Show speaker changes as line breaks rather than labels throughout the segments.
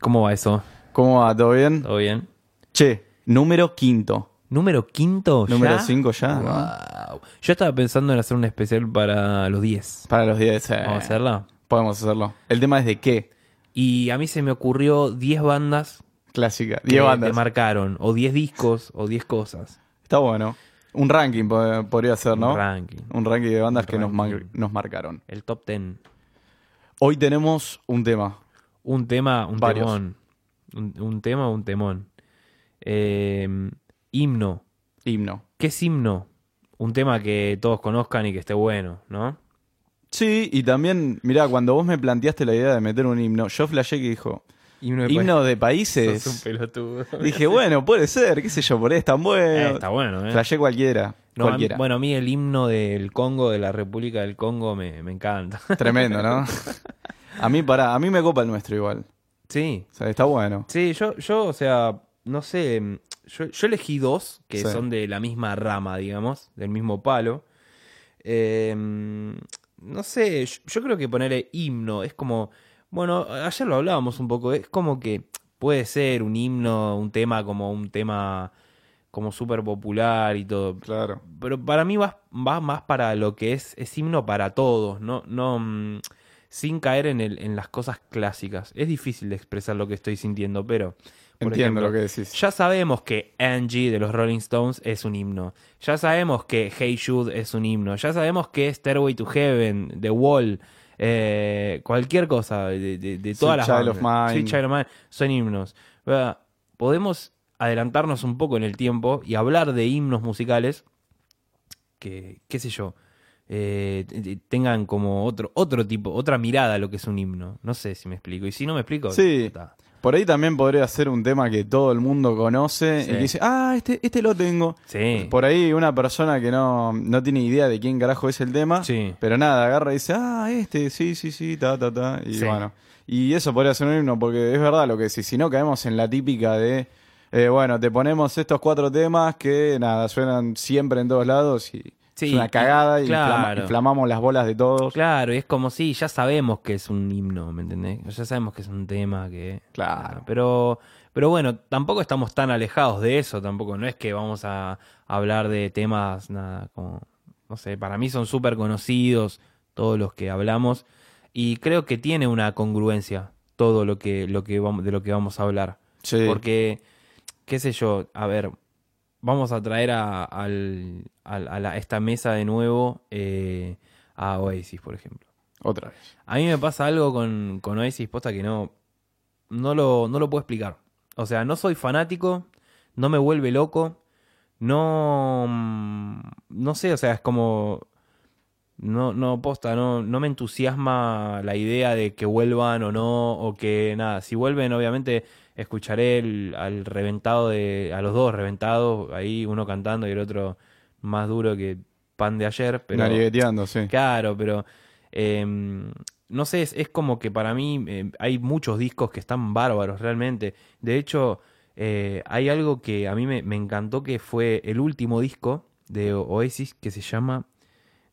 ¿Cómo va eso?
¿Cómo va? ¿Todo bien?
¿Todo bien?
Che, número quinto.
Número quinto. ¿ya?
Número cinco ya.
Wow. Yo estaba pensando en hacer un especial para los 10.
Para los 10. eh,
Vamos a hacerla.
Podemos hacerlo. El tema es de qué.
Y a mí se me ocurrió 10 bandas
Clásica.
que
10 bandas.
te marcaron, o 10 discos, o 10 cosas.
Está bueno. Un ranking po- eh, podría ser, ¿no?
Un ranking.
Un ranking de bandas
Un
que nos,
ranking.
mar- nos marcaron.
El top 10.
Hoy tenemos un tema.
Un tema, un
Varios.
temón. Un, un tema, un temón. Eh, himno.
Himno.
¿Qué es himno? Un tema que todos conozcan y que esté bueno, ¿no?
Sí, y también, mirá, cuando vos me planteaste la idea de meter un himno, yo flashé que dijo,
Himno
himno de Eh,
Es un
países.
pelotudo.
Dije, bueno, puede ser, qué sé yo, por ahí es tan
Eh,
bueno.
está bueno, ¿eh?
Flashé cualquiera.
No, a mí-
cualquiera.
bueno, a mí el himno del Congo, de la República del Congo, me, me encanta.
Tremendo, ¿no? A mí, pará, a mí me copa el nuestro igual.
sí,
O sea, está bueno.
sí, yo, yo o sea, no sé, mm, yo, yo elegí dos que
Sí.
son de la misma rama, digamos, del mismo palo. Eh, mm, no sé, yo, yo creo que ponerle himno es como, bueno, ayer lo hablábamos un poco, es como que puede ser un himno, un tema como un tema como súper popular y todo,
Claro.
pero para mí va, va más para lo que es, es himno para todos, no, no mm, sin caer en, el- en las cosas clásicas. Es difícil de expresar lo que estoy sintiendo, pero por
Entiendo
ejemplo,
lo que decís.
ya sabemos que Angie de los Rolling Stones es un himno. Ya sabemos que Hey Jude es un himno. Ya sabemos que Stairway to Heaven, The Wall, eh, cualquier cosa de, de- de todas las
Sweet Child
bandas.
of Mine.
Sweet Child of Mine, son himnos. ¿Verdad? Podemos adelantarnos un poco en el tiempo y hablar de himnos musicales que, qué sé yo, eh, t- t- tengan como otro, otro tipo, otra mirada a lo que es un himno. No sé si me explico. Y si no me explico,
Sí.
está.
Por ahí también podría ser un tema que todo el mundo conoce
Sí.
y que dice, ah, este, este lo tengo.
Sí.
Por ahí una persona que no, no tiene idea de quién carajo es el tema,
Sí.
pero nada, agarra y dice, ah, este, sí, sí, sí, ta, ta, ta. Y
Sí.
bueno, y eso podría ser un himno, porque es verdad lo que decís, si no caemos en la típica de, eh, bueno, te ponemos estos cuatro temas que nada, suenan siempre en todos lados y
Sí,
es una cagada y,
y-
inflama-
claro.
inflamamos las bolas de todos.
Claro, y es como si ya sabemos que es un himno, ¿me entendés? Ya sabemos que es un tema que.
Claro.
Pero, pero bueno, tampoco estamos tan alejados de eso, tampoco. No es que vamos a hablar de temas, nada, como. No sé, para mí son súper conocidos todos los que hablamos. Y creo que tiene una congruencia todo lo que, lo que vamos, de lo que vamos a hablar.
Sí.
Porque, qué sé yo, a ver, vamos a traer a, al- al- a la- esta mesa de nuevo eh, a Oasis, por ejemplo.
Otra vez.
A mí me pasa algo con, con Oasis, posta que no, no, lo, no lo puedo explicar. O sea, no soy fanático, no me vuelve loco, no... mm, No sé, o sea, es como... No, no, posta, no, no me entusiasma la idea de que vuelvan o no, o que nada. Si vuelven, obviamente escucharé el- al reventado de. a los dos reventados, ahí uno cantando y el otro más duro que pan de ayer. Pero,
Narigueteando, sí.
Claro, pero eh, no sé, es, es como que para mí eh, hay muchos discos que están bárbaros realmente. De hecho, eh, hay algo que a mí me, me encantó que fue el último disco de O- Oasis que se llama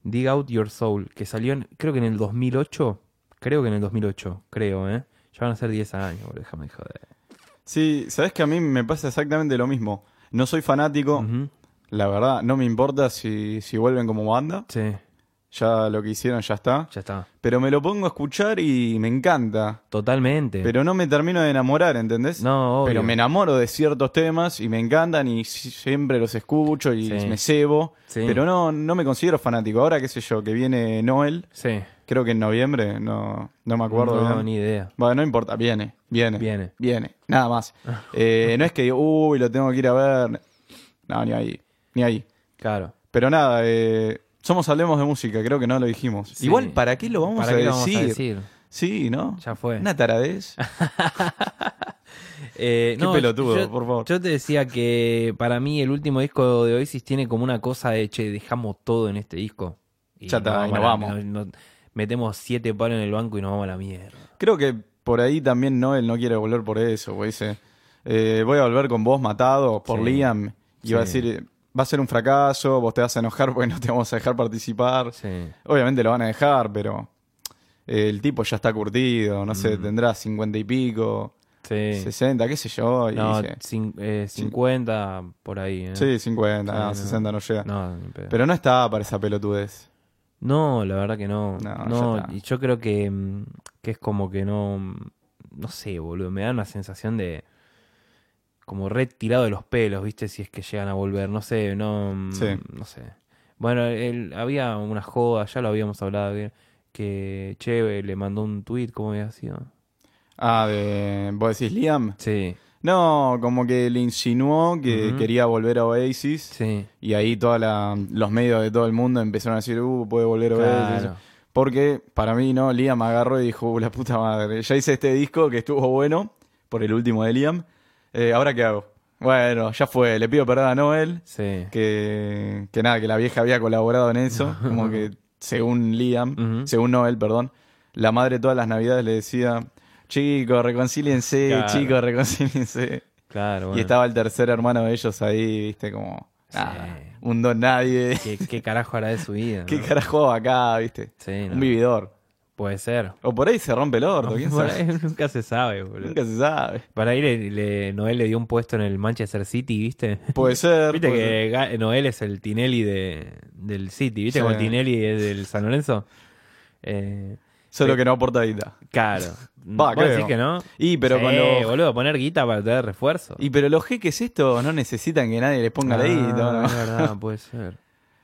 Dig Out Your Soul, que salió en- creo que en el 2008, creo que en el 2008, creo, ¿eh? Ya van a ser 10 años, boludo, déjame de joder.
Sí, sabes que a mí me pasa exactamente lo mismo. No soy fanático,
Ujú,
la verdad, no me importa si, si vuelven como banda,
Sí,
ya lo que hicieron ya está.
ya está.
Pero me lo pongo a escuchar y me encanta.
Totalmente.
Pero no me termino de enamorar, ¿entendés?
no, obvio.
Pero me enamoro de ciertos temas y me encantan y si- siempre los escucho y
Sí.
me cebo.
Sí.
Pero no, no me considero fanático. Ahora, qué sé yo, que viene Noel,
Sí,
creo que en noviembre, no, no me acuerdo.
no,
bien.
ni idea.
Bueno, no importa, viene, viene.
Viene.
Viene, nada más. Eh, no es que digo, uy, lo tengo que ir a ver. No, ni ahí, ni ahí.
Claro.
Pero nada, eh, somos Hablemos de Música, creo que no lo dijimos.
Sí.
Igual, ¿para qué lo vamos,
¿Para
a,
qué
decir?
lo vamos a decir?
Sí, ¿no?
Ya fue.
Una taradez.
Eh,
Qué
no,
pelotudo,
yo-
por favor.
Yo te decía que para mí el último disco de Oasis tiene como una cosa de, che, dejamos todo en este disco. Y
Ya está, y nos
a la-
vamos.
no- no- metemos siete palos en el banco y nos vamos a la mierda.
Creo que por ahí también Noel no quiere volver por eso, porque dice, eh, voy a volver con vos matado por
Sí.
Liam. Y va a
Sí.
decir, eh, va a ser un fracaso, vos te vas a enojar porque no te vamos a dejar participar.
Sí.
Obviamente lo van a dejar, pero eh, el tipo ya está curtido, no sé, tendrá cincuenta y pico.
Mm. Sí.
60, qué sé yo. y
no,
dice,
cin- eh, 50 por ahí. ¿eh?
sí, 50,
Sí,
no,
no.
60 no llega.
No, ni pedo.
Pero no estaba para esa pelotudez.
No, la verdad que no.
No, ya
No,
está.
y yo creo que, mm, que es como que no. mm, No sé, boludo. Me da una sensación de. Como retirado de los pelos, ¿viste? Si es que llegan a volver. No sé, no. mm,
Sí.
No sé. Bueno, él- había una joda, ya lo habíamos hablado bien. Que Cheve le mandó un tweet, ¿cómo había sido?
Ah, de, ¿vos decís Liam?
Sí,
No, como que le insinuó que
Ujú.
quería volver a Oasis.
sí.
Y ahí todos los medios de todo el mundo empezaron a decir, uh, puede volver Oasis.
Claro.
Porque para mí, ¿no? Liam agarró y dijo, "Uh, la puta madre, ya hice este disco que estuvo bueno, por el último de Liam, eh, ¿ahora qué hago? Bueno, ya fue, le pido perdón a Noel,
Sí.
que, que nada, que la vieja había colaborado en eso, como que según Liam,
Ujú.
según Noel, perdón, la madre todas las navidades le decía, chicos, reconcíliense,
Claro.
chicos, reconcíliense.
Claro,
Y
bueno.
estaba el tercer hermano de ellos ahí, viste, como, ah,
Sí.
un don nadie,
¿Qué, qué carajo hará de su vida?
qué
no?
carajo acá, viste,
Sí, no.
un vividor.
Puede ser.
O por ahí se rompe el orto, quién
Por
sabe.
ahí Nunca se sabe, boludo.
Nunca se sabe.
Para ahí le- le- Noel le dio un puesto en el Manchester City, ¿viste?
Puede ser.
Viste
puede ser.
que Ga- Noel es el Tinelli de, del City, ¿viste?
Sí.
Como Tinelli es del San Lorenzo. Eh,
Solo que no aporta guita.
claro.
Va,
¿Vos
creo.
decís que no?
Y pero
Sí,
cuando-
boludo, poner guita para tener refuerzo.
Y pero los jeques estos no necesitan que nadie les ponga la guita.
Ah,
¿no?
es verdad, puede ser.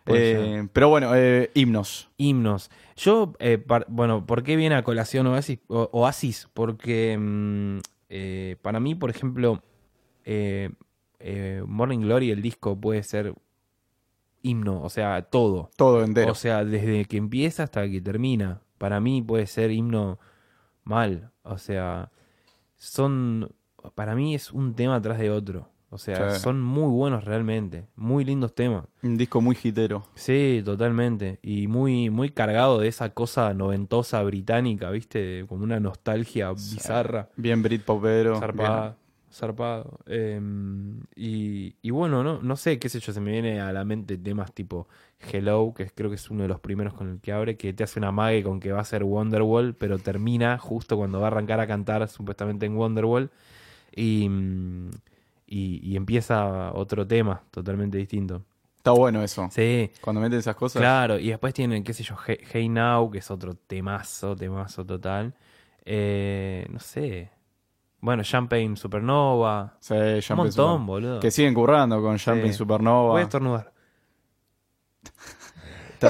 Puede ser.
Eh, pero bueno, eh, himnos.
Himnos. Yo, eh, par- bueno, ¿por qué viene a colación Oasis? O- Oasis? Porque mm, eh, para mí, por ejemplo, eh, eh, Morning Glory, el disco, puede ser himno, o sea, todo.
Todo entero.
O sea, desde que empieza hasta que termina. Para mí puede ser himno mal. O sea, son. Para mí es un tema atrás de otro. O sea,
Sí.
son muy buenos realmente. Muy lindos temas.
Un disco muy hitero.
Sí, totalmente. Y muy, muy cargado de esa cosa noventosa británica, ¿viste? De Como una nostalgia bizarra.
Bien Britpopero.
Zarpada. Zarpado. Em, y, y bueno, no, no sé, qué sé yo, se me viene a la mente temas tipo Hello, que creo que es uno de los primeros con el que abre, que te hace una mague con que va a ser Wonderwall, pero termina justo cuando va a arrancar a cantar supuestamente en Wonderwall. Y, mm, y, y empieza otro tema totalmente distinto.
bien. Está bueno eso.
Sí.
Cuando meten esas cosas.
Claro, y después tienen, qué sé yo, Hey, Hey Now, que es otro temazo, temazo total. Eh, no sé. Bueno, Champagne Supernova.
Sí,
Un
Jumping
montón,
Supernova.
boludo.
Que siguen currando con Jumping
Sí.
Supernova.
Voy a estornudar.
Está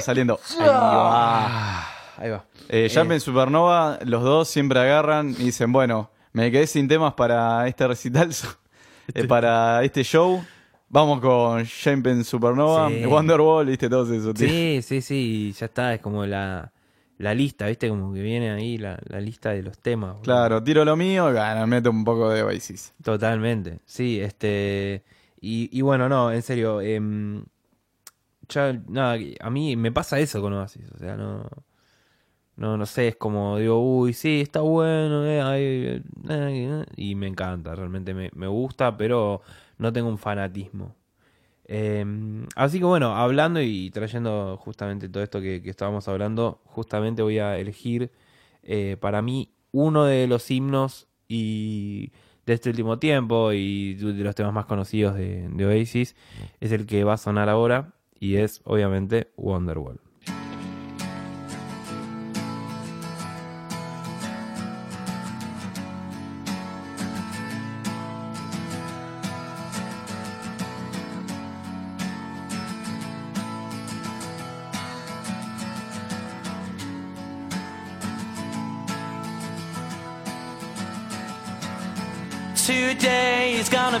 saliendo. Ahí va.
Ah, Ahí va.
Eh, ya en Supernova, los dos siempre agarran y dicen, bueno, me quedé sin temas para este recital, so- eh, para este show. Vamos con Champion Supernova,
Sí.
Wonderwall, viste, todos esos. tío.
Sí, sí, sí, ya está, es como la, la lista, ¿viste? Como que viene ahí la, la lista de los temas. boludo.
Claro, tiro lo mío, gana, meto un poco de Oasis.
Totalmente, sí, este. Y, y bueno, no, en serio. em, ya, nada, a mí me pasa eso con Oasis, o sea, no. No, no sé, es como, digo, uy, sí, está bueno, eh, ay, eh, eh, y me encanta, realmente me, me gusta, pero no tengo un fanatismo. Em, así que bueno, hablando y trayendo justamente todo esto que, que estábamos hablando, justamente voy a elegir eh, para mí uno de los himnos y de este último tiempo y de los temas más conocidos de, de Oasis es el que va a sonar ahora y es obviamente Wonderwall.
Today is gonna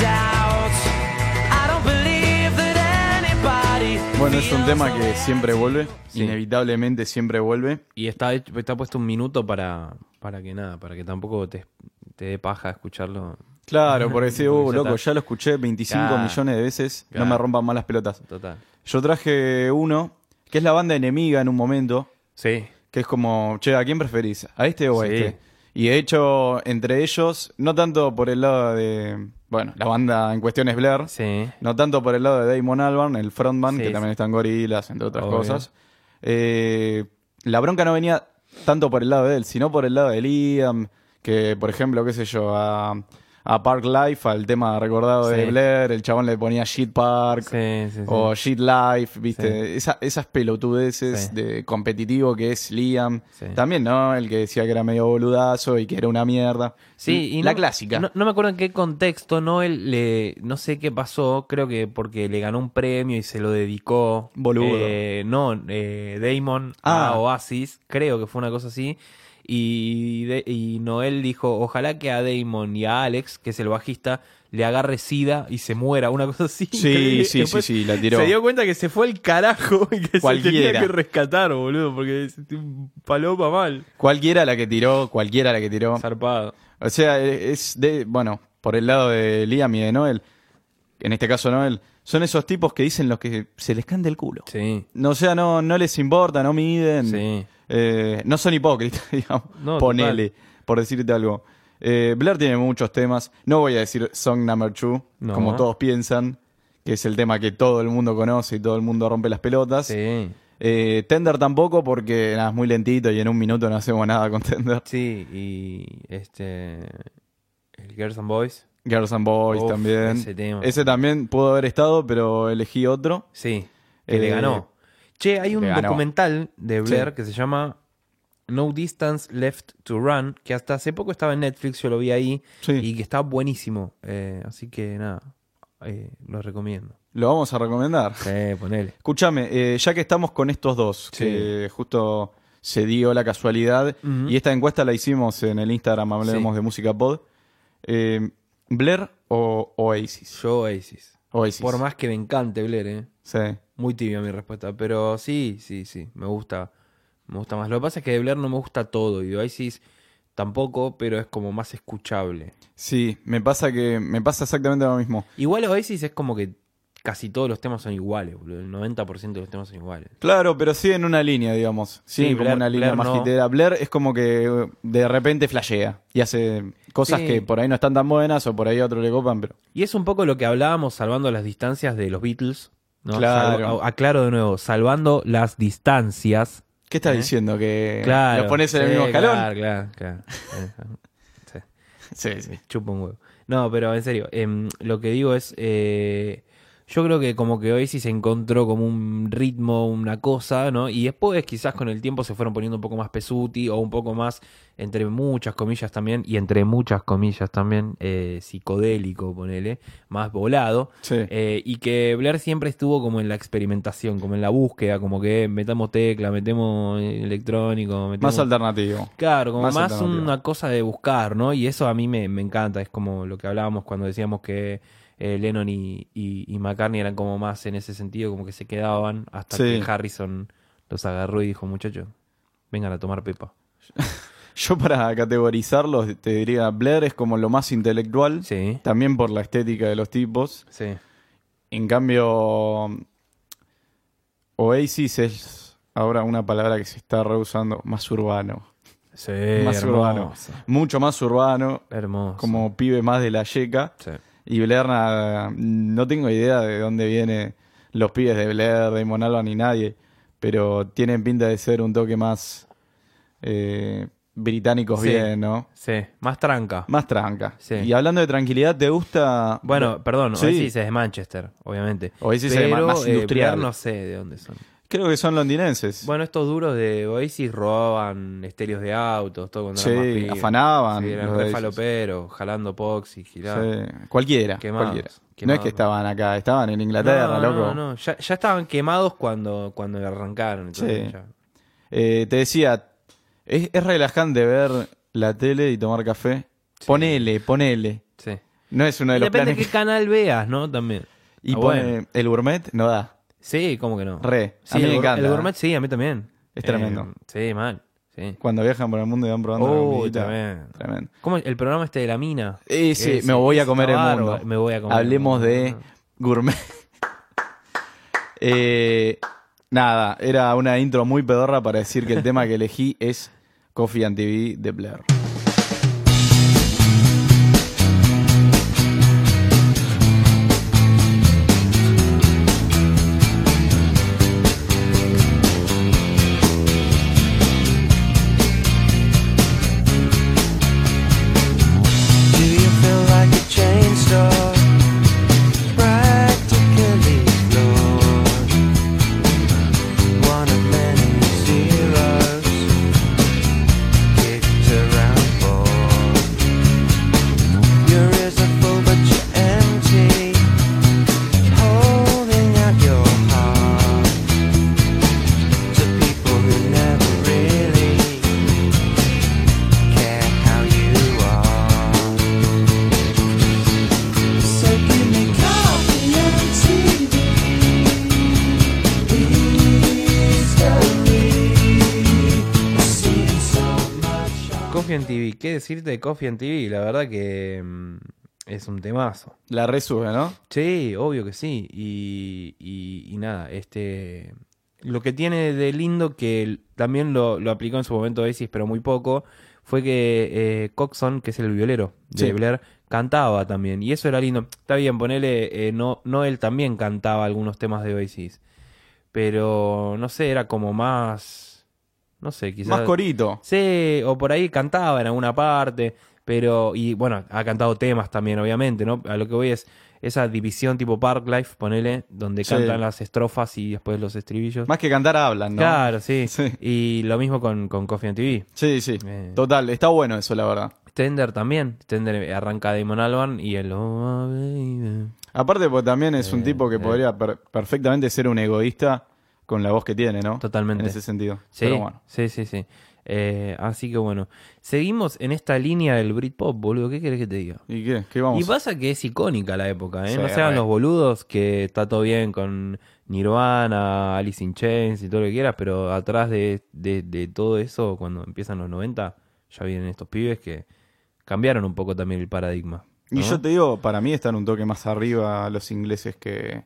doubt. I don't believe that anybody.
Bueno, es un
feels
tema
the
que
way
siempre vuelve,
Sí.
inevitablemente siempre vuelve.
Y está, hecho- está puesto un minuto para, para que nada, para que tampoco te, te dé paja escucharlo.
Claro, porque sí, uh,
Porque ya
loco,
está.
ya lo escuché 25
Claro.
millones de veces, no me
Claro.
rompan malas pelotas.
Total.
Yo traje uno, que es la banda enemiga en un momento,
Sí.
que es como, che, ¿a quién preferís? ¿A este o a
Sí.
este? Y de hecho, entre ellos, no tanto por el lado de, bueno, la banda en cuestión es Blair,
Sí.
no tanto por el lado de Damon Albarn, el frontman,
Sí,
que
sí.
también están gorilas, entre otras
Obvio.
cosas. Eh, la bronca no venía tanto por el lado de él, sino por el lado de Liam, que por ejemplo, qué sé yo, a, a Park Life, al tema recordado de
Sí.
Blair, el chabón le ponía Shit Park.
Sí, sí, sí.
O Shit Life, ¿viste?
Sí.
Esa- esas pelotudeces
Sí.
de competitivo que es Liam.
Sí.
También, ¿no? El que decía que era medio boludazo y que era una mierda.
Sí, y
la
no-
clásica.
No, no me acuerdo en qué contexto, no él le, no sé qué pasó, creo que porque le ganó un premio y se lo dedicó.
Boludo.
eh, no, eh, Damon
Ah.
a Oasis, creo que fue una cosa así. Y, de- y Noel dijo, ojalá que a Damon y a Alex, que es el bajista, le agarre sida y se muera, una cosa así.
Sí,
increíble.
sí,
Después
sí, sí, la tiró.
Se dio cuenta que se fue el carajo y que se
Cualquiera.
tenía que rescatar, boludo, porque es un paloma mal.
Cualquiera la que tiró, cualquiera la que tiró.
Zarpado.
O sea, e, es de, bueno, por el lado de Liam y de Noel, en este caso Noel, son esos tipos que dicen los que se les canta el culo.
Sí,
No, o sea, no, no les importa, no miden.
sí.
Eh, no son hipócritas, digamos.
No,
Ponele, por decirte algo. Eh, Blair tiene muchos temas. No voy a decir Song Number Two,
No.
como todos piensan, que es el tema que todo el mundo conoce y todo el mundo rompe las pelotas.
Sí.
Eh, Tender tampoco, porque nada, es muy lentito y en un minuto no hacemos nada con Tender.
Sí, y este. El Girls and Boys.
Girls and Boys
Uf,
también.
ese tema.
también pudo haber estado, pero elegí otro.
Sí, que
Eh,
le ganó. Che, hay un
le ganó.
documental de Blair
Sí.
que se llama No Distance Left to Run, que hasta hace poco estaba en Netflix, yo lo vi ahí,
Sí.
y que está buenísimo. Eh, así que nada, eh, lo recomiendo.
Lo vamos a recomendar.
Sí, ponele.
Escúchame, eh, ya que estamos con estos dos,
Sí.
que justo se dio la casualidad,
Ujú.
y esta encuesta la hicimos en el Instagram, hablemos
Sí.
de música pod. eh, ¿Blair o Oasis?
Yo, Oasis.
Oasis.
Por más que me encante Blair, eh.
Sí.
Muy tibia mi respuesta, pero sí, sí, sí, me gusta. Me gusta más. Lo que pasa es que de Blair no me gusta todo y de Oasis tampoco, pero es como más escuchable.
Sí, me pasa que me pasa exactamente lo mismo.
Igual Oasis es como que casi todos los temas son iguales, boludo. El 90% de los temas son iguales.
Claro, pero sí en una línea, digamos.
Sí,
Sí, como
Blair-
una línea
Blair
más
no.
hitera. Blair es como que eh, de repente flashea y hace cosas
Sí.
que por ahí no están tan buenas o por ahí a otro le copan, pero
Y es un poco lo que hablábamos salvando las distancias de los Beatles. ¿no?
Claro.
Salvo- aclaro de nuevo, salvando las distancias.
¿qué estás
¿Eh?
diciendo? ¿Que
Claro.
los pones en el
Sí,
mismo escalón?
Claro, claro, claro. Eh, Sí.
Sí, sí.
Chupa un huevo. No, pero en serio, em, lo que digo es, eh, yo creo que como que Oasis encontró como un ritmo, una cosa, ¿no? Y después quizás con el tiempo se fueron poniendo un poco más pesuti o un poco más, entre muchas comillas también, y entre muchas comillas también, eh, psicodélico, ponele, más volado.
Sí.
Eh, y que Blair siempre estuvo como en la experimentación, como en la búsqueda, como que eh, metamos tecla, metemos electrónico, metemos...
Más alternativo.
Claro, como
Más
más,
alternativa.
una cosa de buscar, ¿no? Y eso a mí me, me encanta, es como lo que hablábamos cuando decíamos que eh, Lennon y, y- y McCartney eran como más en ese sentido, como que se quedaban hasta
Sí.
que Harrison los agarró y dijo, muchachos, vengan a tomar pepa.
Yo para categorizarlos te diría Blair es como lo más intelectual,
Sí,
también por la estética de los tipos.
sí,
En cambio, Oasis es ahora una palabra que se está reusando, más urbano.
sí,
Más urbano.
hermoso,
Mucho más urbano,
hermoso.
como pibe más de la yeca.
Sí.
Y Blair, nada, no tengo idea de dónde vienen los pibes de Blair, de Monalba ni nadie, pero tienen pinta de ser un toque más eh, británicos
Sí.
bien, ¿no?
sí, más tranca.
Más tranca.
Sí.
Y hablando de tranquilidad, ¿te gusta?
Bueno, perdón,
Sí.
Oasis es de Manchester, obviamente.
Oasis es
Pero,
ma-
eh,
más
Blair
industrial.
no sé de dónde son.
Creo que son londinenses.
Bueno, estos duros de Oasis robaban estéreos de autos, todo cuando
Sí,
eran más pibes.
afanaban
Sí, eran
los
re
de
faloperos, jalando poxy, girando.
Sí. Cualquiera.
Quemados,
cualquiera. no es
quemados.
que estaban acá, estaban en
No,
Inglaterra,
no,
loco.
no, ya, ya estaban quemados cuando, cuando arrancaron. entonces
Sí.
ya.
Eh, te decía, es, es relajante ver la tele y tomar café. Ponele, ponele.
sí.
No es uno de los
Depende de qué
planes. que-
canal veas, ¿no? También.
Y
Ah,
pone
bueno.
el gourmet, no da.
Sí, ¿cómo que no?
Re. A
Sí,
mí
el
me
gour-
encanta.
El gourmet sí, a mí también.
Es tremendo.
Eh, sí, mal. Sí.
Cuando viajan por el mundo y van probando. la
Uy,
comidita.
tremendo.
Tremendo.
¿Cómo el programa este de la mina?
Y Eh, sí,
Ese,
me voy a
ese
comer el
está
mundo.
bárbaro. Me voy a comer el
Hablemos
mundo.
de gourmet. Eh, nada, era una intro muy pedorra para decir que el tema que elegí es Coffee and TV de Blair.
Do you feel like a chainsaw? Practically flawed. One of many zeros kicked around bored. Your ears are full but you're empty. Holding out your heart to people who never really care how you are. So give me coffee and TV. History. Seeing so much.
Coffee and TV. ¿Qué decirte de Coffee and TV? La verdad que mm, es un temazo.
La resube, ¿no?
Sí, obvio que sí. Y, y- y nada, este. Lo que tiene de lindo, que l- también lo, lo aplicó en su momento Oasis, pero muy poco, fue que eh, Coxon, que es el violero de
Sí.
Blair, cantaba también. Y eso era lindo. Está bien, ponele. eh, no, no él también cantaba algunos temas de Oasis. Pero no sé, era como más. No sé, quizás.
Más corito.
Sí, o por ahí cantaba en alguna parte, pero. Y bueno, ha cantado temas también, obviamente, ¿no? A lo que voy es esa división tipo Parklife, ponele, donde
Sí.
cantan las estrofas y después los estribillos.
Más que cantar hablan, ¿no?
Claro, sí.
Sí.
Y lo mismo con, con Coffee and TV.
Sí, sí.
Eh.
Total, está bueno eso, la verdad.
Tender también. Tender arranca Damon Alban y el. "Oh, baby".
Aparte, porque también es un
Eh,
tipo que
eh.
podría per- perfectamente ser un egoísta con la voz que tiene, ¿no?
Totalmente.
En ese sentido.
Sí,
Pero bueno.
sí, sí, sí. Eh, así que bueno. Seguimos en esta línea del Britpop, boludo. ¿Qué querés que te diga?
¿Y qué? ¿Qué vamos?
Y pasa que es icónica la época, ¿eh?
Sí,
no sean
re.
los boludos que está todo bien con Nirvana, Alice in Chains y todo lo que quieras, pero atrás de, de- de todo eso, cuando empiezan los 90, ya vienen estos pibes que cambiaron un poco también el paradigma. ¿no?
Y yo te digo, para mí están un toque más arriba los ingleses que,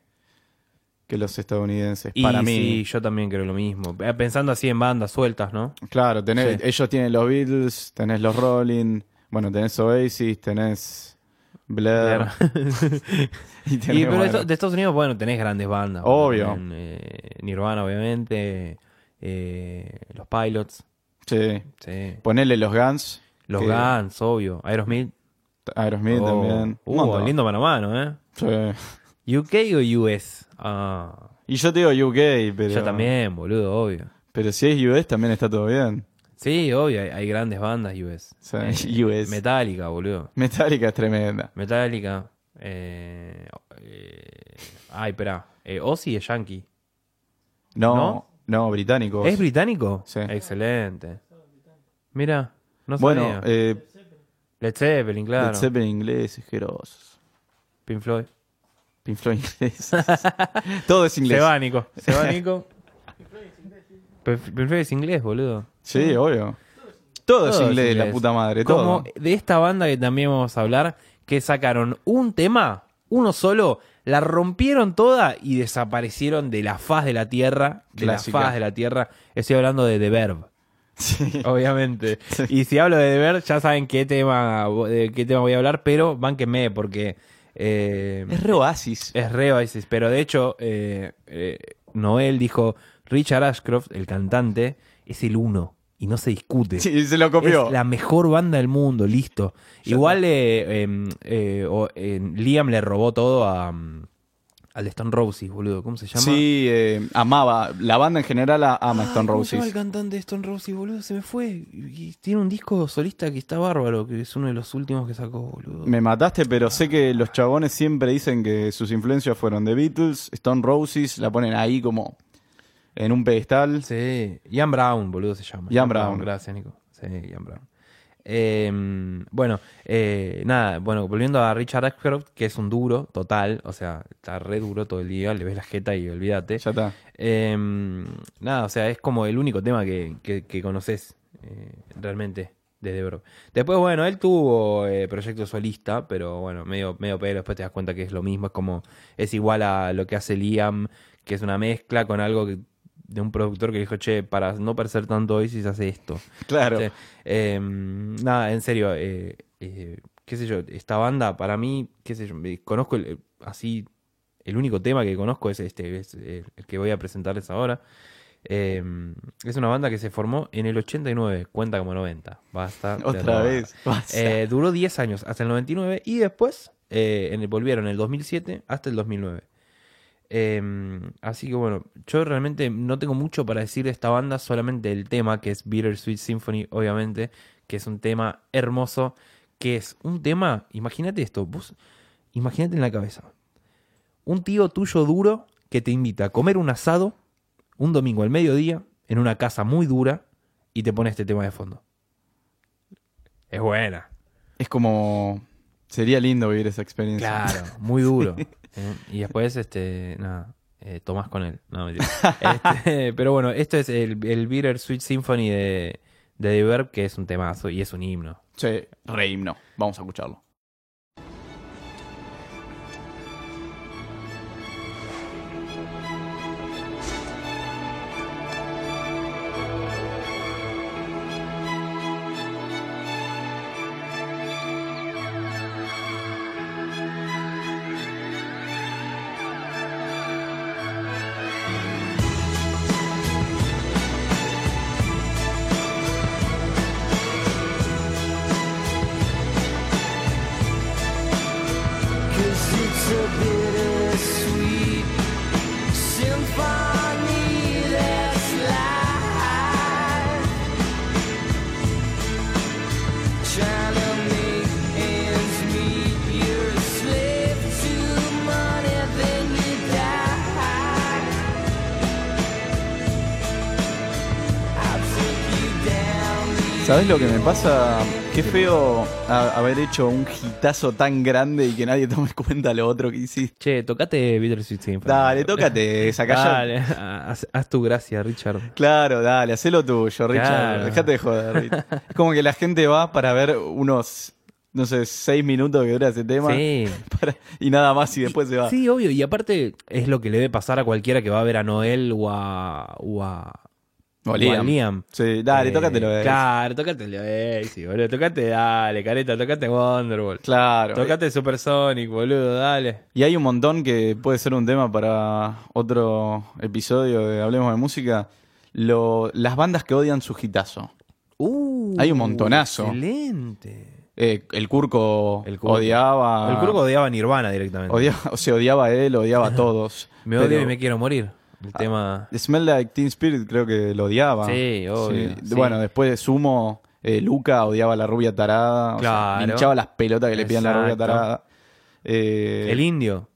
que los estadounidenses.
Y
para
sí,
mí.
yo también creo lo mismo. Eh, Pensando así en bandas sueltas, ¿no?
Claro, tenés-
Sí.
ellos tienen los Beatles, tenés los Rolling, bueno, tenés Oasis, tenés Blair. Y tenés,
Y, pero
Ah, bueno,
esto- de Estados Unidos, bueno, tenés grandes bandas.
Obvio.
Bueno, tenés, eh, Nirvana, obviamente. eh, los Pilots.
sí.
Sí.
Ponele los Guns.
Los
que-
Guns, obvio. Aerosmith.
Aerosmith
Oh.
también.
Uh,
Un montón.
lindo mano a mano, ¿eh?
Sí.
¿UK o US? Ah,
Y yo te digo UK, pero.
yo también, boludo, obvio.
Pero si es US también está todo bien.
Sí, obvio, hay, hay grandes bandas US.
Sí,
Eh,
US.
Metallica, boludo.
Metallica es tremenda.
Metallica. Eh, eh, ay, espera. Eh, Ozzy es yankee.
No, no,
¿No?
británico.
¿Es británico?
Sí.
Excelente. Mira, no
bueno,
sabía.
eh,
Led Zeppelin, claro.
Led Zeppelin inglés, asquerosos.
Pink Floyd.
Pink Floyd inglés. todo es inglés.
Se va, Nico. Se va, Nico. Pink Floyd es inglés, boludo.
Sí, obvio. Todo, es
Todos
inglés, la
ingleses.
puta madre,
Como
todo.
de esta banda que también vamos a hablar, que sacaron un tema, uno solo, la rompieron toda y desaparecieron de la faz de la tierra. De
Clásica.
la faz de la tierra. Estoy hablando de The Verb,
Sí.
obviamente. Y si hablo de The Verb, ya saben qué tema, de qué tema voy a hablar, pero bánquenme porque eh,
Es re oasis.
es re Oasis. Pero de hecho, eh, eh, Noel dijo, Richard Ashcroft, el cantante, es el uno. Y no se discute.
Sí, se lo copió.
Es la mejor banda del mundo, listo.
Ya
Igual eh, em, eh, o- em, Liam le robó todo a, mm, al de Stone Roses, boludo. ¿Cómo se llama?
Sí, eh, amaba. La banda en general a- ama
Ay,
Stone
¿cómo se llama
Roses.
el cantante de Stone Roses, boludo? Se me fue. Y y tiene un disco solista que está bárbaro, que es uno de los últimos que sacó, boludo.
Me mataste, pero sé que los chabones siempre dicen que sus influencias fueron The Beatles, Stone Roses, la ponen ahí como en un pedestal.
Sí, Ian Brown, boludo, se llama.
Ian Brown.
Gracias, Nico. Sí, Ian Brown. Eh, bueno, eh, nada, bueno, volviendo a Richard Ashcroft, que es un duro total, o sea, está re duro todo el día, le ves la jeta y olvídate.
Ya está.
Em, Eh, nada, o sea, es como el único tema que, que, conoces. eh, realmente desde Europe. Después, bueno, él tuvo eh, proyecto solista, pero bueno, medio, medio pedo, después te das cuenta que es lo mismo, es como, es igual a lo que hace Liam, que es una mezcla con algo que- de un productor que dijo, che, para no parecer tanto Oasis hace esto.
Claro.
Sí. Eh, nada, en serio, eh, eh, qué sé yo, esta banda para mí, qué sé yo, me- conozco el- el- así, el único tema que conozco es este, es el, el que voy a presentarles ahora. Eh, es una banda que se formó en el 89, cuenta como 90, basta. de
Otra
robar.
vez. Pasa.
Eh, duró 10 años, hasta el 99, y después eh, en el- volvieron en el 2007 hasta el 2009. Eh, así que bueno, yo realmente no tengo mucho para decir de esta banda, solamente el tema que es Bittersweet Symphony, obviamente, que es un tema hermoso, que es un tema, imagínate esto, vos, imagínate en la cabeza, un tío tuyo duro que te invita a comer un asado un domingo al mediodía en una casa muy dura y te pone este tema de fondo. Es buena.
Es como. Sería lindo vivir esa experiencia.
Claro, muy duro. Eh, Y después, este, nada, eh, tomás con él. No, mentira. Este, pero bueno, esto es el, el Bitter Sweet Symphony de, de The Verb, que es un temazo y es un himno.
Sí, re himno. Vamos a escucharlo.
Cause it's a bittersweet symphony that's life. Trying to make ends meet, you're a slave to money, then you die. I'll take you down the
¿Sabes lo que me pasa? Qué feo a- haber hecho un hitazo tan grande y que nadie tome cuenta lo otro que hiciste.
Che, tocate Bitter Sweet Symphony.
Dale, tócate, sacá ya-
Dale, haz, haz tu gracia, Richard.
Claro, dale, hacelo tuyo, Richard.
Claro.
Dejate de joder, Richard. Es como que la gente va para ver unos, no sé, seis minutos que dura ese tema
Sí.
para- y nada más y después se va.
Sí, obvio. Y aparte, es lo que le debe pasar a cualquiera que va a ver a Noel o a. o a-
O Liam.
o a
Sí, dale,
Eh,
tócatelo. eh.
Claro, tócatelo, eh, sí, boludo. Tocate, dale, careta, tocate Wonderwall.
Claro.
Tocate Supersonic, boludo, dale.
Y hay un montón que puede ser un tema para otro episodio de Hablemos de Música. Lo- las bandas que odian su hitazo.
Uh,
Hay un montonazo.
Excelente.
Eh, el, curco
El Curco.
odiaba.
El Curco odiaba a Nirvana directamente.
odiaba- O sea, odiaba a él, odiaba a todos.
me odio
Pero
y me quiero morir.
Ah.
El tema.
Smell Like Teen Spirit creo que lo odiaba.
Sí, obvio, sí.
Bueno, después de Sumo, eh, Luca odiaba a la rubia tarada. O sea,
Claro.
hinchaba las pelotas que le pidían a la rubia
Exacto.
tarada. Eh,
El indio.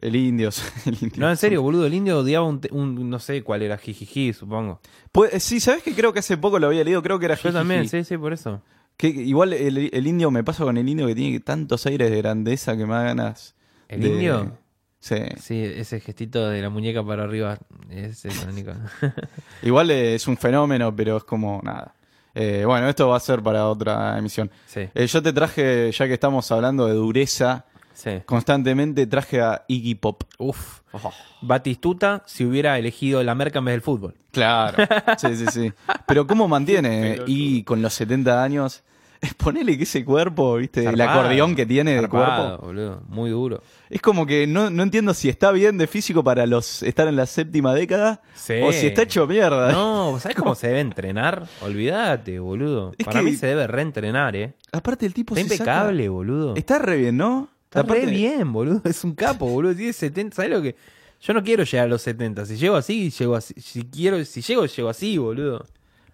el indio. sí, el indio.
No, en serio, boludo, el indio odiaba un, te- un- no sé cuál era, jijiji, supongo.
Pues, eh, sí, ¿sabes que Creo que hace poco lo había leído, creo que era
Yo
Jijiji.
también, sí, sí, por eso.
Que, igual el, el indio, me pasa con el indio que tiene tantos aires de grandeza que me da ganas.
¿El
de-
indio?
Sí.
Sí, ese gestito de la muñeca para arriba es el único.
Igual eh, es un fenómeno, pero es como nada. Eh, bueno, esto va a ser para otra emisión.
Sí,
Eh, yo te traje, ya que estamos hablando de dureza,
sí.
constantemente traje a Iggy Pop.
Uf.
Oh.
Batistuta si hubiera elegido la merca en vez del fútbol.
Claro, sí, sí, sí. Pero ¿cómo mantiene Iggy con los 70 años? Ponele que ese cuerpo, ¿viste? el
Zarpado,
acordeón que tiene de
zarpado,
cuerpo.
boludo, muy duro.
Es como que no, no entiendo si está bien de físico para los estar en la séptima década
Sí.
o si está hecho mierda.
No, ¿sabes cómo se debe entrenar? Olvídate, boludo.
Es
Para
que-
mí se debe reentrenar, ¿eh?
Aparte el tipo
Está
se saca-
impecable, boludo. Está,
Está re bien, ¿no? Aparte-
re bien, boludo. Es un capo, boludo. Tiene 70, ¿sabes lo que? Yo no quiero llegar a los 70. Si llego así, llego así. Si quiero, si llego, llego así, boludo.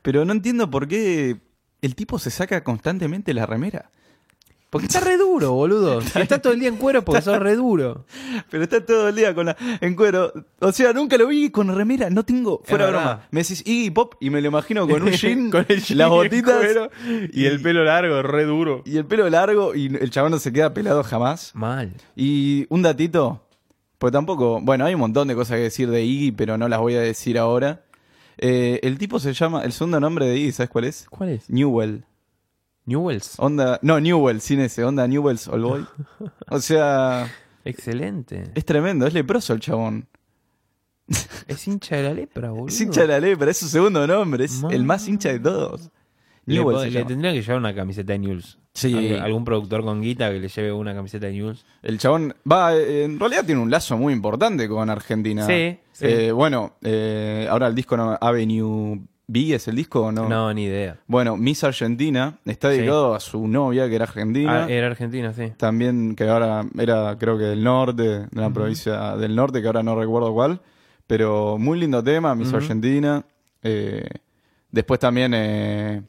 Pero no entiendo por qué el tipo se saca constantemente la remera.
Porque está re duro, boludo. Si estás todo el día en cuero es porque sos re duro.
Pero está todo el día con la, en cuero. O sea, nunca lo vi con remera. No tengo. Fuera
verdad.
broma. Me decís Iggy Pop y me lo imagino con un jean,
Con el jean
las
en
botitas
cuero
y, el pelo,
largo, re duro.
y el pelo largo. Y el chabón no se queda pelado jamás.
Mal.
Y un datito. Pues tampoco. Bueno, hay un montón de cosas que decir de Iggy, pero no las voy a decir ahora. Eh, el tipo se llama, el segundo nombre de Iggy, ¿sabes cuál es?
¿Cuál es?
Newell.
Newells.
Onda, no, Newell, sin ese, onda Newell's All Boy. O sea,
Excelente.
es tremendo, es leproso el chabón.
Es hincha de la lepra, boludo.
Es hincha de la lepra, es su segundo nombre, es
Ma-
el más hincha de todos.
Le,
Newell
pod-
se
le
llama.
tendrían que llevar una camiseta de Newells.
Sí.
Alg- Algún productor con guita que le lleve una camiseta de Newells.
El chabón va, eh, en realidad tiene un lazo muy importante con Argentina.
Sí, sí.
Eh, bueno, eh, ahora el disco no- Avenue B es el disco o no?
No, ni idea.
Bueno, Miss Argentina está dedicado a su novia que era argentina.
Ah, era argentina, sí.
también que ahora era creo que del norte, de una provincia del norte, que ahora no recuerdo cuál, pero muy lindo tema, Miss Argentina. Eh, después también eh,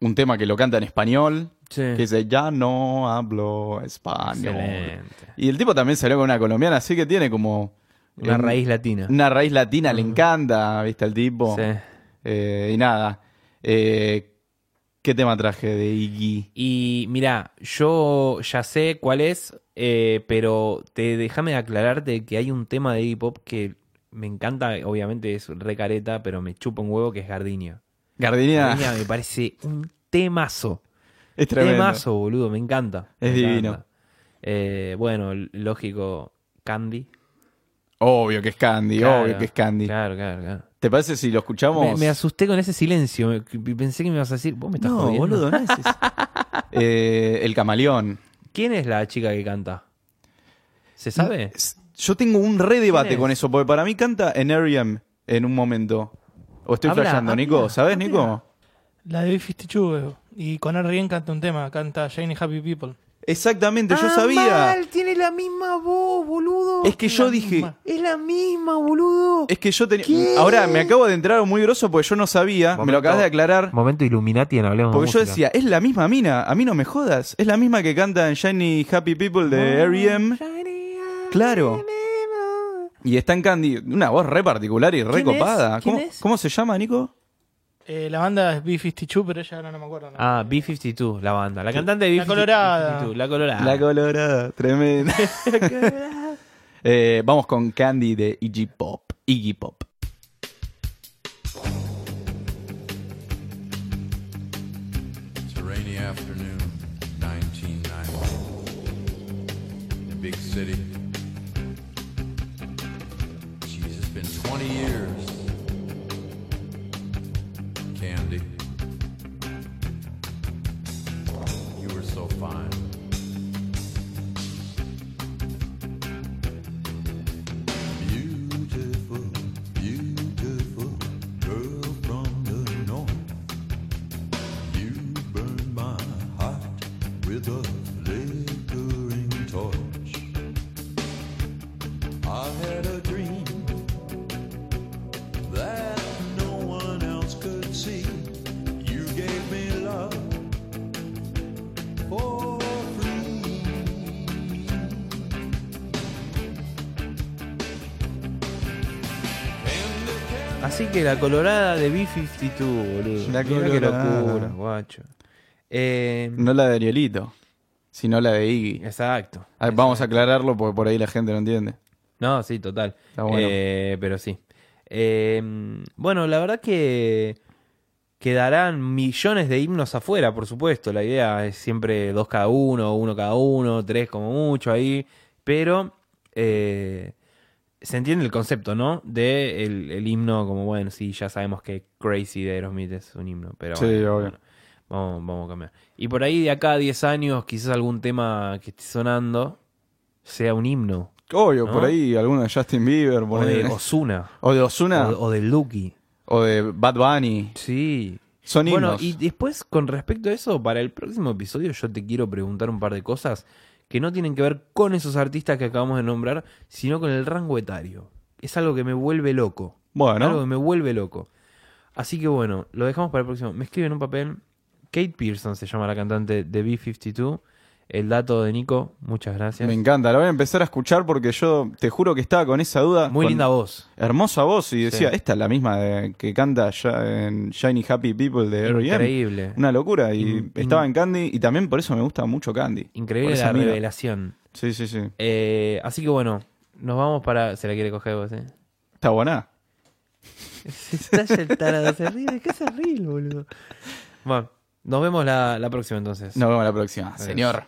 un tema que lo canta en español,
Sí.
que dice, ya no hablo español.
Excelente.
Y el tipo también salió con una colombiana, así que tiene como...
Una
un-
raíz latina.
Una raíz latina, le encanta, viste, al tipo.
Sí.
Eh, y nada, eh, ¿qué tema traje de Iggy?
Y mira, yo ya sé cuál es, eh, pero te déjame aclararte que hay un tema de hip hop que me encanta, obviamente es recareta, pero me chupa un huevo que es Gardenia.
Gardinina,
Gardenia me parece un temazo.
es tremendo.
Temazo, boludo, me encanta.
Es
me
divino.
encanta. Eh, bueno, l- lógico, Candy.
Obvio que es Candy,
Claro,
obvio que es Candy.
Claro, claro, claro.
¿Te parece si lo escuchamos?
Me, me asusté con ese silencio. me- que- Pensé que me ibas a decir, vos me estás
no,
jodiendo.
boludo, no es eso. Eh, el camaleón.
¿Quién es la chica que canta? ¿Se sabe?
S- Yo tengo un re debate
¿Quién es?
con eso, porque para mí canta en Ariam en un momento. O estoy
Habla,
flasheando,
habla,
Nico. ¿Sabes, Nico?
La de Biffy Tichu, y con Arrien canta un tema, canta Shiny Happy People.
Exactamente, yo sabía.
tiene la misma voz, boludo.
Es que yo dije.
misma.
Es la misma, boludo.
Es que yo tenía. Ahora me acabo de entrar muy grosso porque yo no sabía. Me lo
Momento.
acabas de aclarar.
Momento Illuminati en Hablemos de
Porque yo
Música.
decía, es la misma mina, a mí no me jodas. Es la misma que canta en Shiny Happy People
Ah.
de E R.E.M. Claro. Y está en Candy, una voz re particular y re
¿Quién es?
copada.
¿Quién
¿Cómo,
es?
cómo se llama, Nico?
Eh, la banda es Biffy Tichu, pero ella ahora no me acuerdo. ¿no?
Ah, B52, la banda. La cantante de B52.
La colorada.
B52, La colorada.
La colorada, tremenda. Eh, vamos con Candy de Iggy Pop. Iggy Pop.
It's a rainy afternoon, 1990. In the big city. Jeez, it's been 20 years. Candy. You were so fine. Beautiful, beautiful girl from the north. You burn my heart with a flickering torch. I had a dream that no one else could see. You gave me love Oh, for free.
Así que la colorada de B52, boludo.
La
Mirá qué
colorada. Mm.
locura, guacho. Eh,
No la de Arielito, sino la de Iggy.
Exacto.
A ver, vamos a aclararlo porque por ahí la gente no entiende.
No, sí, total.
Está bueno.
Eh, pero sí. Eh, bueno, la verdad que quedarán millones de himnos afuera, por supuesto. La idea es siempre dos cada uno, uno cada uno, tres como mucho ahí. Pero eh, se entiende el concepto, ¿no? De el, el himno, como bueno, sí, ya sabemos que Crazy de Aerosmith es un himno, pero
Sí,
bueno,
obvio.
bueno, vamos, vamos a cambiar. Y por ahí de acá a 10 años, quizás algún tema que esté sonando sea un himno.
Obvio, por
¿No?
ahí alguno de Justin Bieber, por
O de
ahí.
Osuna.
o de Ozuna,
O, o de Lucky.
o de Bad Bunny.
Sí.
Son
bueno,
himnos.
y después, con respecto a eso, para el próximo episodio yo te quiero preguntar un par de cosas que no tienen que ver con esos artistas que acabamos de nombrar, sino con el rango etario. Es algo que me vuelve loco.
Bueno.
Algo que me vuelve loco. Así que bueno, lo dejamos para el próximo. Me escriben un papel. Kate Pearson se llama la cantante de B52. El dato de Nico, muchas gracias.
Me encanta, la voy a empezar a escuchar porque yo te juro que estaba con esa duda.
Muy
con-
linda voz.
Hermosa voz y decía,
Sí.
esta es la misma de- que canta ya en Shiny Happy People de R.E.M.
Increíble.
Una locura. Y
In-
estaba
in-
en Candy y también por eso me gusta mucho Candy. Por
Increíble
esa
la
mina.
revelación.
Sí, sí, sí.
Eh, así que bueno, nos vamos para. Se la quiere coger vos, eh.
Está buena.
Se estalla el tarado, se ríe. ¿De qué se ríe, boludo? Bueno, nos vemos la, la próxima entonces.
Nos vemos la próxima, señor.